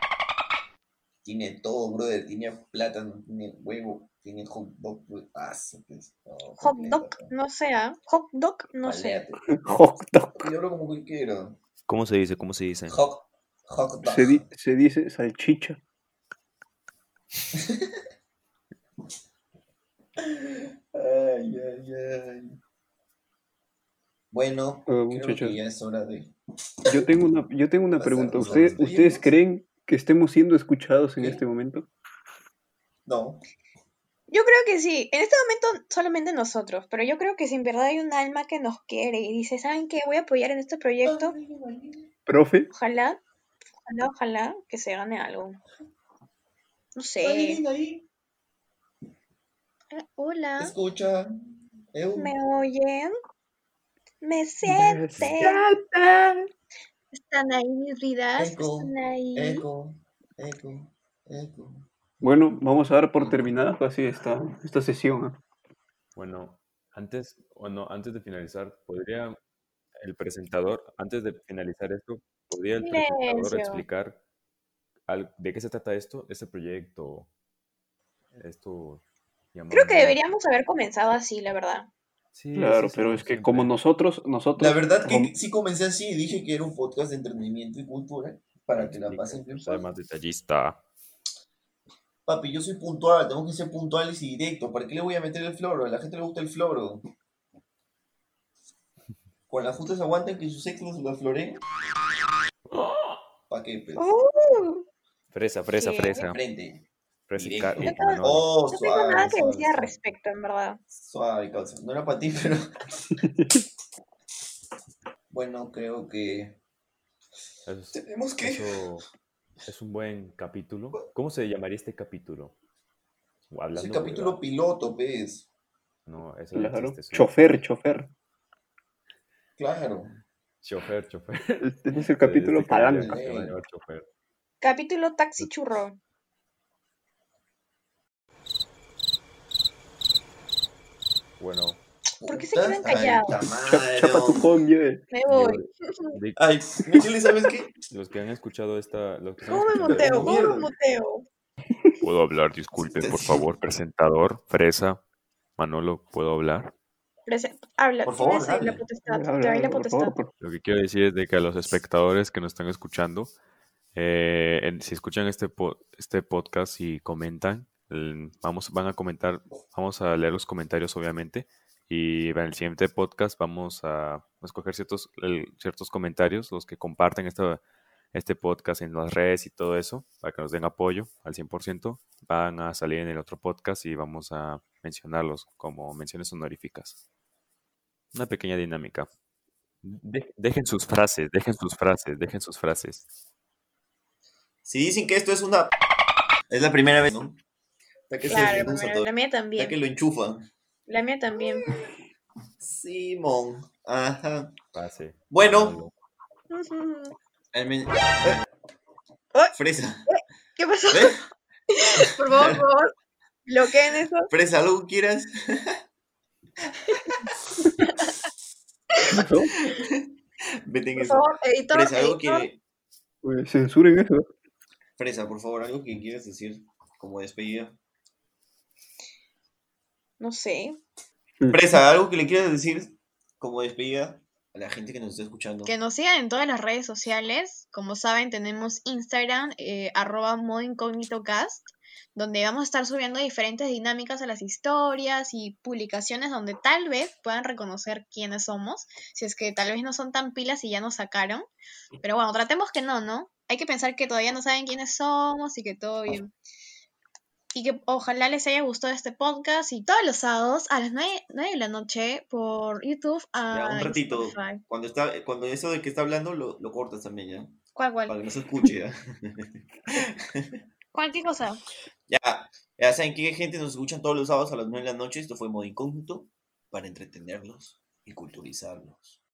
[SPEAKER 2] Tiene todo, brother. Tiene plátano, tiene huevo, tiene hot dog. bro- Ah, su pez- no,
[SPEAKER 3] Hot
[SPEAKER 2] completa,
[SPEAKER 3] dog,
[SPEAKER 2] bro.
[SPEAKER 3] no sé, ¿ah? Hot dog, no sé.
[SPEAKER 2] Paléate.
[SPEAKER 4] Hot dog.
[SPEAKER 2] Yo hablo como que quiero.
[SPEAKER 5] ¿Cómo se dice? ¿Cómo se dice?
[SPEAKER 2] Hot, hot dog.
[SPEAKER 4] Se, di- se dice salchicha.
[SPEAKER 2] Ay, ay, ay. Bueno,
[SPEAKER 4] Bueno,
[SPEAKER 2] creo
[SPEAKER 4] Ah, muchachos.
[SPEAKER 2] que ya es hora de.
[SPEAKER 4] Yo tengo una, yo tengo una
[SPEAKER 2] Hasta
[SPEAKER 4] pregunta.
[SPEAKER 2] los
[SPEAKER 4] ¿Ustedes,
[SPEAKER 2] adultos.
[SPEAKER 4] ¿Ustedes creen que estemos siendo escuchados en
[SPEAKER 2] Sí.
[SPEAKER 4] este momento?
[SPEAKER 2] No.
[SPEAKER 3] Yo creo que sí. En este momento solamente nosotros, pero yo creo que si en verdad hay un alma que nos quiere y dice, ¿saben qué? Voy a apoyar en este proyecto.
[SPEAKER 4] Profe,
[SPEAKER 3] Ojalá, ojalá, ojalá que se gane algo. No sé.
[SPEAKER 2] Adivina ahí,
[SPEAKER 3] Ah, Hola,
[SPEAKER 2] Escucha. Eu.
[SPEAKER 3] ¿me oyen? ¿Me sienten? ¿Están ahí mis vidas?
[SPEAKER 2] Eco,
[SPEAKER 3] ¿Están ahí?
[SPEAKER 2] Eco, eco, eco.
[SPEAKER 4] bueno, vamos a dar por terminada pues, así esta, esta sesión. ¿ah?
[SPEAKER 7] Bueno, antes, bueno, antes de finalizar, podría el presentador, antes de finalizar esto, podría el presentador
[SPEAKER 3] Silencio.
[SPEAKER 7] explicar al- de qué se trata esto, este proyecto, esto
[SPEAKER 3] Creo que
[SPEAKER 7] llamado-
[SPEAKER 3] deberíamos haber comenzado así, la verdad.
[SPEAKER 7] Sí,
[SPEAKER 4] Claro,
[SPEAKER 7] sí,
[SPEAKER 4] pero
[SPEAKER 7] sí,
[SPEAKER 4] es que
[SPEAKER 7] siempre.
[SPEAKER 4] como nosotros, nosotros...
[SPEAKER 2] La verdad
[SPEAKER 4] como-
[SPEAKER 2] que sí comencé así, dije que era un podcast de entretenimiento y cultura para que la
[SPEAKER 7] Explica,
[SPEAKER 2] pasen bien.
[SPEAKER 7] soy más detallista.
[SPEAKER 2] Papi, yo soy puntual, tengo que ser puntuales y directo. ¿Para qué le voy a meter el floro? A la gente le gusta el floro. Con las justas aguantan que sus sexos las floreen. ¿Para qué? Pues?
[SPEAKER 3] Uh,
[SPEAKER 7] Fresa, fresa,
[SPEAKER 3] Sí.
[SPEAKER 7] fresa.
[SPEAKER 2] Frente.
[SPEAKER 7] Fresa y
[SPEAKER 2] Directo.
[SPEAKER 7] ca- y
[SPEAKER 3] Acabas-
[SPEAKER 7] canola.
[SPEAKER 2] Oh,
[SPEAKER 3] no tengo
[SPEAKER 2] suave,
[SPEAKER 3] nada que
[SPEAKER 2] suave,
[SPEAKER 3] decir al
[SPEAKER 2] suave.
[SPEAKER 3] respecto, en verdad.
[SPEAKER 2] Suave, causa. No era para ti, pero. bueno, creo que.
[SPEAKER 7] Eso es-
[SPEAKER 2] Tenemos que.
[SPEAKER 7] Eso es un buen capítulo. ¿Cómo se llamaría este capítulo? O
[SPEAKER 2] Es el
[SPEAKER 7] Hablando
[SPEAKER 2] capítulo
[SPEAKER 7] huevada.
[SPEAKER 2] piloto, pues. pez.
[SPEAKER 7] No, eso no
[SPEAKER 4] Claro.
[SPEAKER 7] existe, eso-
[SPEAKER 4] Chofer, chofer.
[SPEAKER 2] Claro.
[SPEAKER 7] Chofer, chofer.
[SPEAKER 4] Este es el capítulo
[SPEAKER 7] Este capítulo
[SPEAKER 4] palanca.
[SPEAKER 7] se va a llamar chofer.
[SPEAKER 3] Capítulo Taxi Churro.
[SPEAKER 7] Bueno,
[SPEAKER 3] ¿Por qué se
[SPEAKER 2] Puta,
[SPEAKER 3] quedan
[SPEAKER 2] ay,
[SPEAKER 3] callados?
[SPEAKER 2] la
[SPEAKER 4] Cha-
[SPEAKER 3] Ah,
[SPEAKER 2] madre,
[SPEAKER 4] Chapa tu
[SPEAKER 2] hombre.
[SPEAKER 4] combi.
[SPEAKER 3] Me voy.
[SPEAKER 7] de-
[SPEAKER 2] Ay, Michele, ¿sabes qué?
[SPEAKER 7] los que han escuchado esta. Los que han
[SPEAKER 3] ¿Cómo me
[SPEAKER 7] escuchado
[SPEAKER 3] muteo?
[SPEAKER 7] esta-
[SPEAKER 3] ¿Cómo me muteo?
[SPEAKER 5] ¿Puedo hablar? Disculpe, por favor, presentador, fresa. Manolo, ¿puedo hablar?
[SPEAKER 3] Prese- Habla,
[SPEAKER 2] Por favor,
[SPEAKER 3] tienes ahí la
[SPEAKER 2] habla.
[SPEAKER 3] potestad. Te doy la
[SPEAKER 4] por
[SPEAKER 3] potestad.
[SPEAKER 4] favor, por-
[SPEAKER 5] Lo que quiero decir es de que a los espectadores que nos están escuchando, eh, en- si escuchan este, po- este podcast y comentan, el- vamos, van a comentar, vamos a leer los comentarios obviamente y en el siguiente podcast vamos a escoger ciertos, el- ciertos comentarios, los que comparten esta, este podcast en las redes y todo eso, para que nos den apoyo al 100%, van a salir en el otro podcast y vamos a mencionarlos como menciones honoríficas. Una pequeña dinámica. De- dejen sus frases, dejen sus frases, dejen sus frases.
[SPEAKER 2] Si dicen que esto es una. Es la primera vez, ¿no? Ya que se
[SPEAKER 3] Claro,
[SPEAKER 2] desnudos a
[SPEAKER 3] primero,
[SPEAKER 2] todos,
[SPEAKER 3] la mía
[SPEAKER 2] ya que
[SPEAKER 3] también.
[SPEAKER 2] lo enchufan.
[SPEAKER 3] La mía también.
[SPEAKER 2] Simón. Ajá.
[SPEAKER 7] Pase.
[SPEAKER 2] Bueno,
[SPEAKER 3] Ujú.
[SPEAKER 2] al men- eh,
[SPEAKER 3] Ay.
[SPEAKER 2] Fresa.
[SPEAKER 3] ¿Qué pasó?
[SPEAKER 2] ¿Ves?
[SPEAKER 3] Por favor, por favor. Bloqueen eso.
[SPEAKER 2] Fresa, algo que quieras.
[SPEAKER 4] ¿Qué pasó?
[SPEAKER 2] Vete en
[SPEAKER 3] Por
[SPEAKER 2] eso.
[SPEAKER 3] favor, editor.
[SPEAKER 2] Fresa, algo
[SPEAKER 3] editor.
[SPEAKER 2] que.
[SPEAKER 4] Pues, Censuren eso.
[SPEAKER 2] Fresa, por favor, algo que quieras decir como despedida.
[SPEAKER 3] No sé.
[SPEAKER 2] Fresa, algo que le quieras decir como despedida a la gente que nos está escuchando.
[SPEAKER 3] Que nos sigan en todas las redes sociales. Como saben, tenemos Instagram, eh, arroba modincognitocast, donde vamos a estar subiendo diferentes dinámicas a las historias y publicaciones donde tal vez puedan reconocer quiénes somos. Si es que tal vez no son tan pilas y ya nos sacaron. Pero bueno, tratemos que no, ¿no? Hay que pensar que todavía no saben quiénes somos y que todo bien. y que ojalá les haya gustado este podcast y todos los sábados a las 9, de la noche por YouTube a
[SPEAKER 2] Ya, un ratito.
[SPEAKER 3] Spotify.
[SPEAKER 2] Cuando, está, cuando eso de que está hablando lo, lo cortas también, ¿ya?
[SPEAKER 3] ¿Cuál, cuál?
[SPEAKER 2] Para que no se escuche, ¿ya?
[SPEAKER 3] ¿Cuál qué cosa?
[SPEAKER 2] ya, ya saben que gente nos escuchan todos los sábados a las 9 de la noche. Esto fue modo incógnito para entretenerlos y culturizarlos.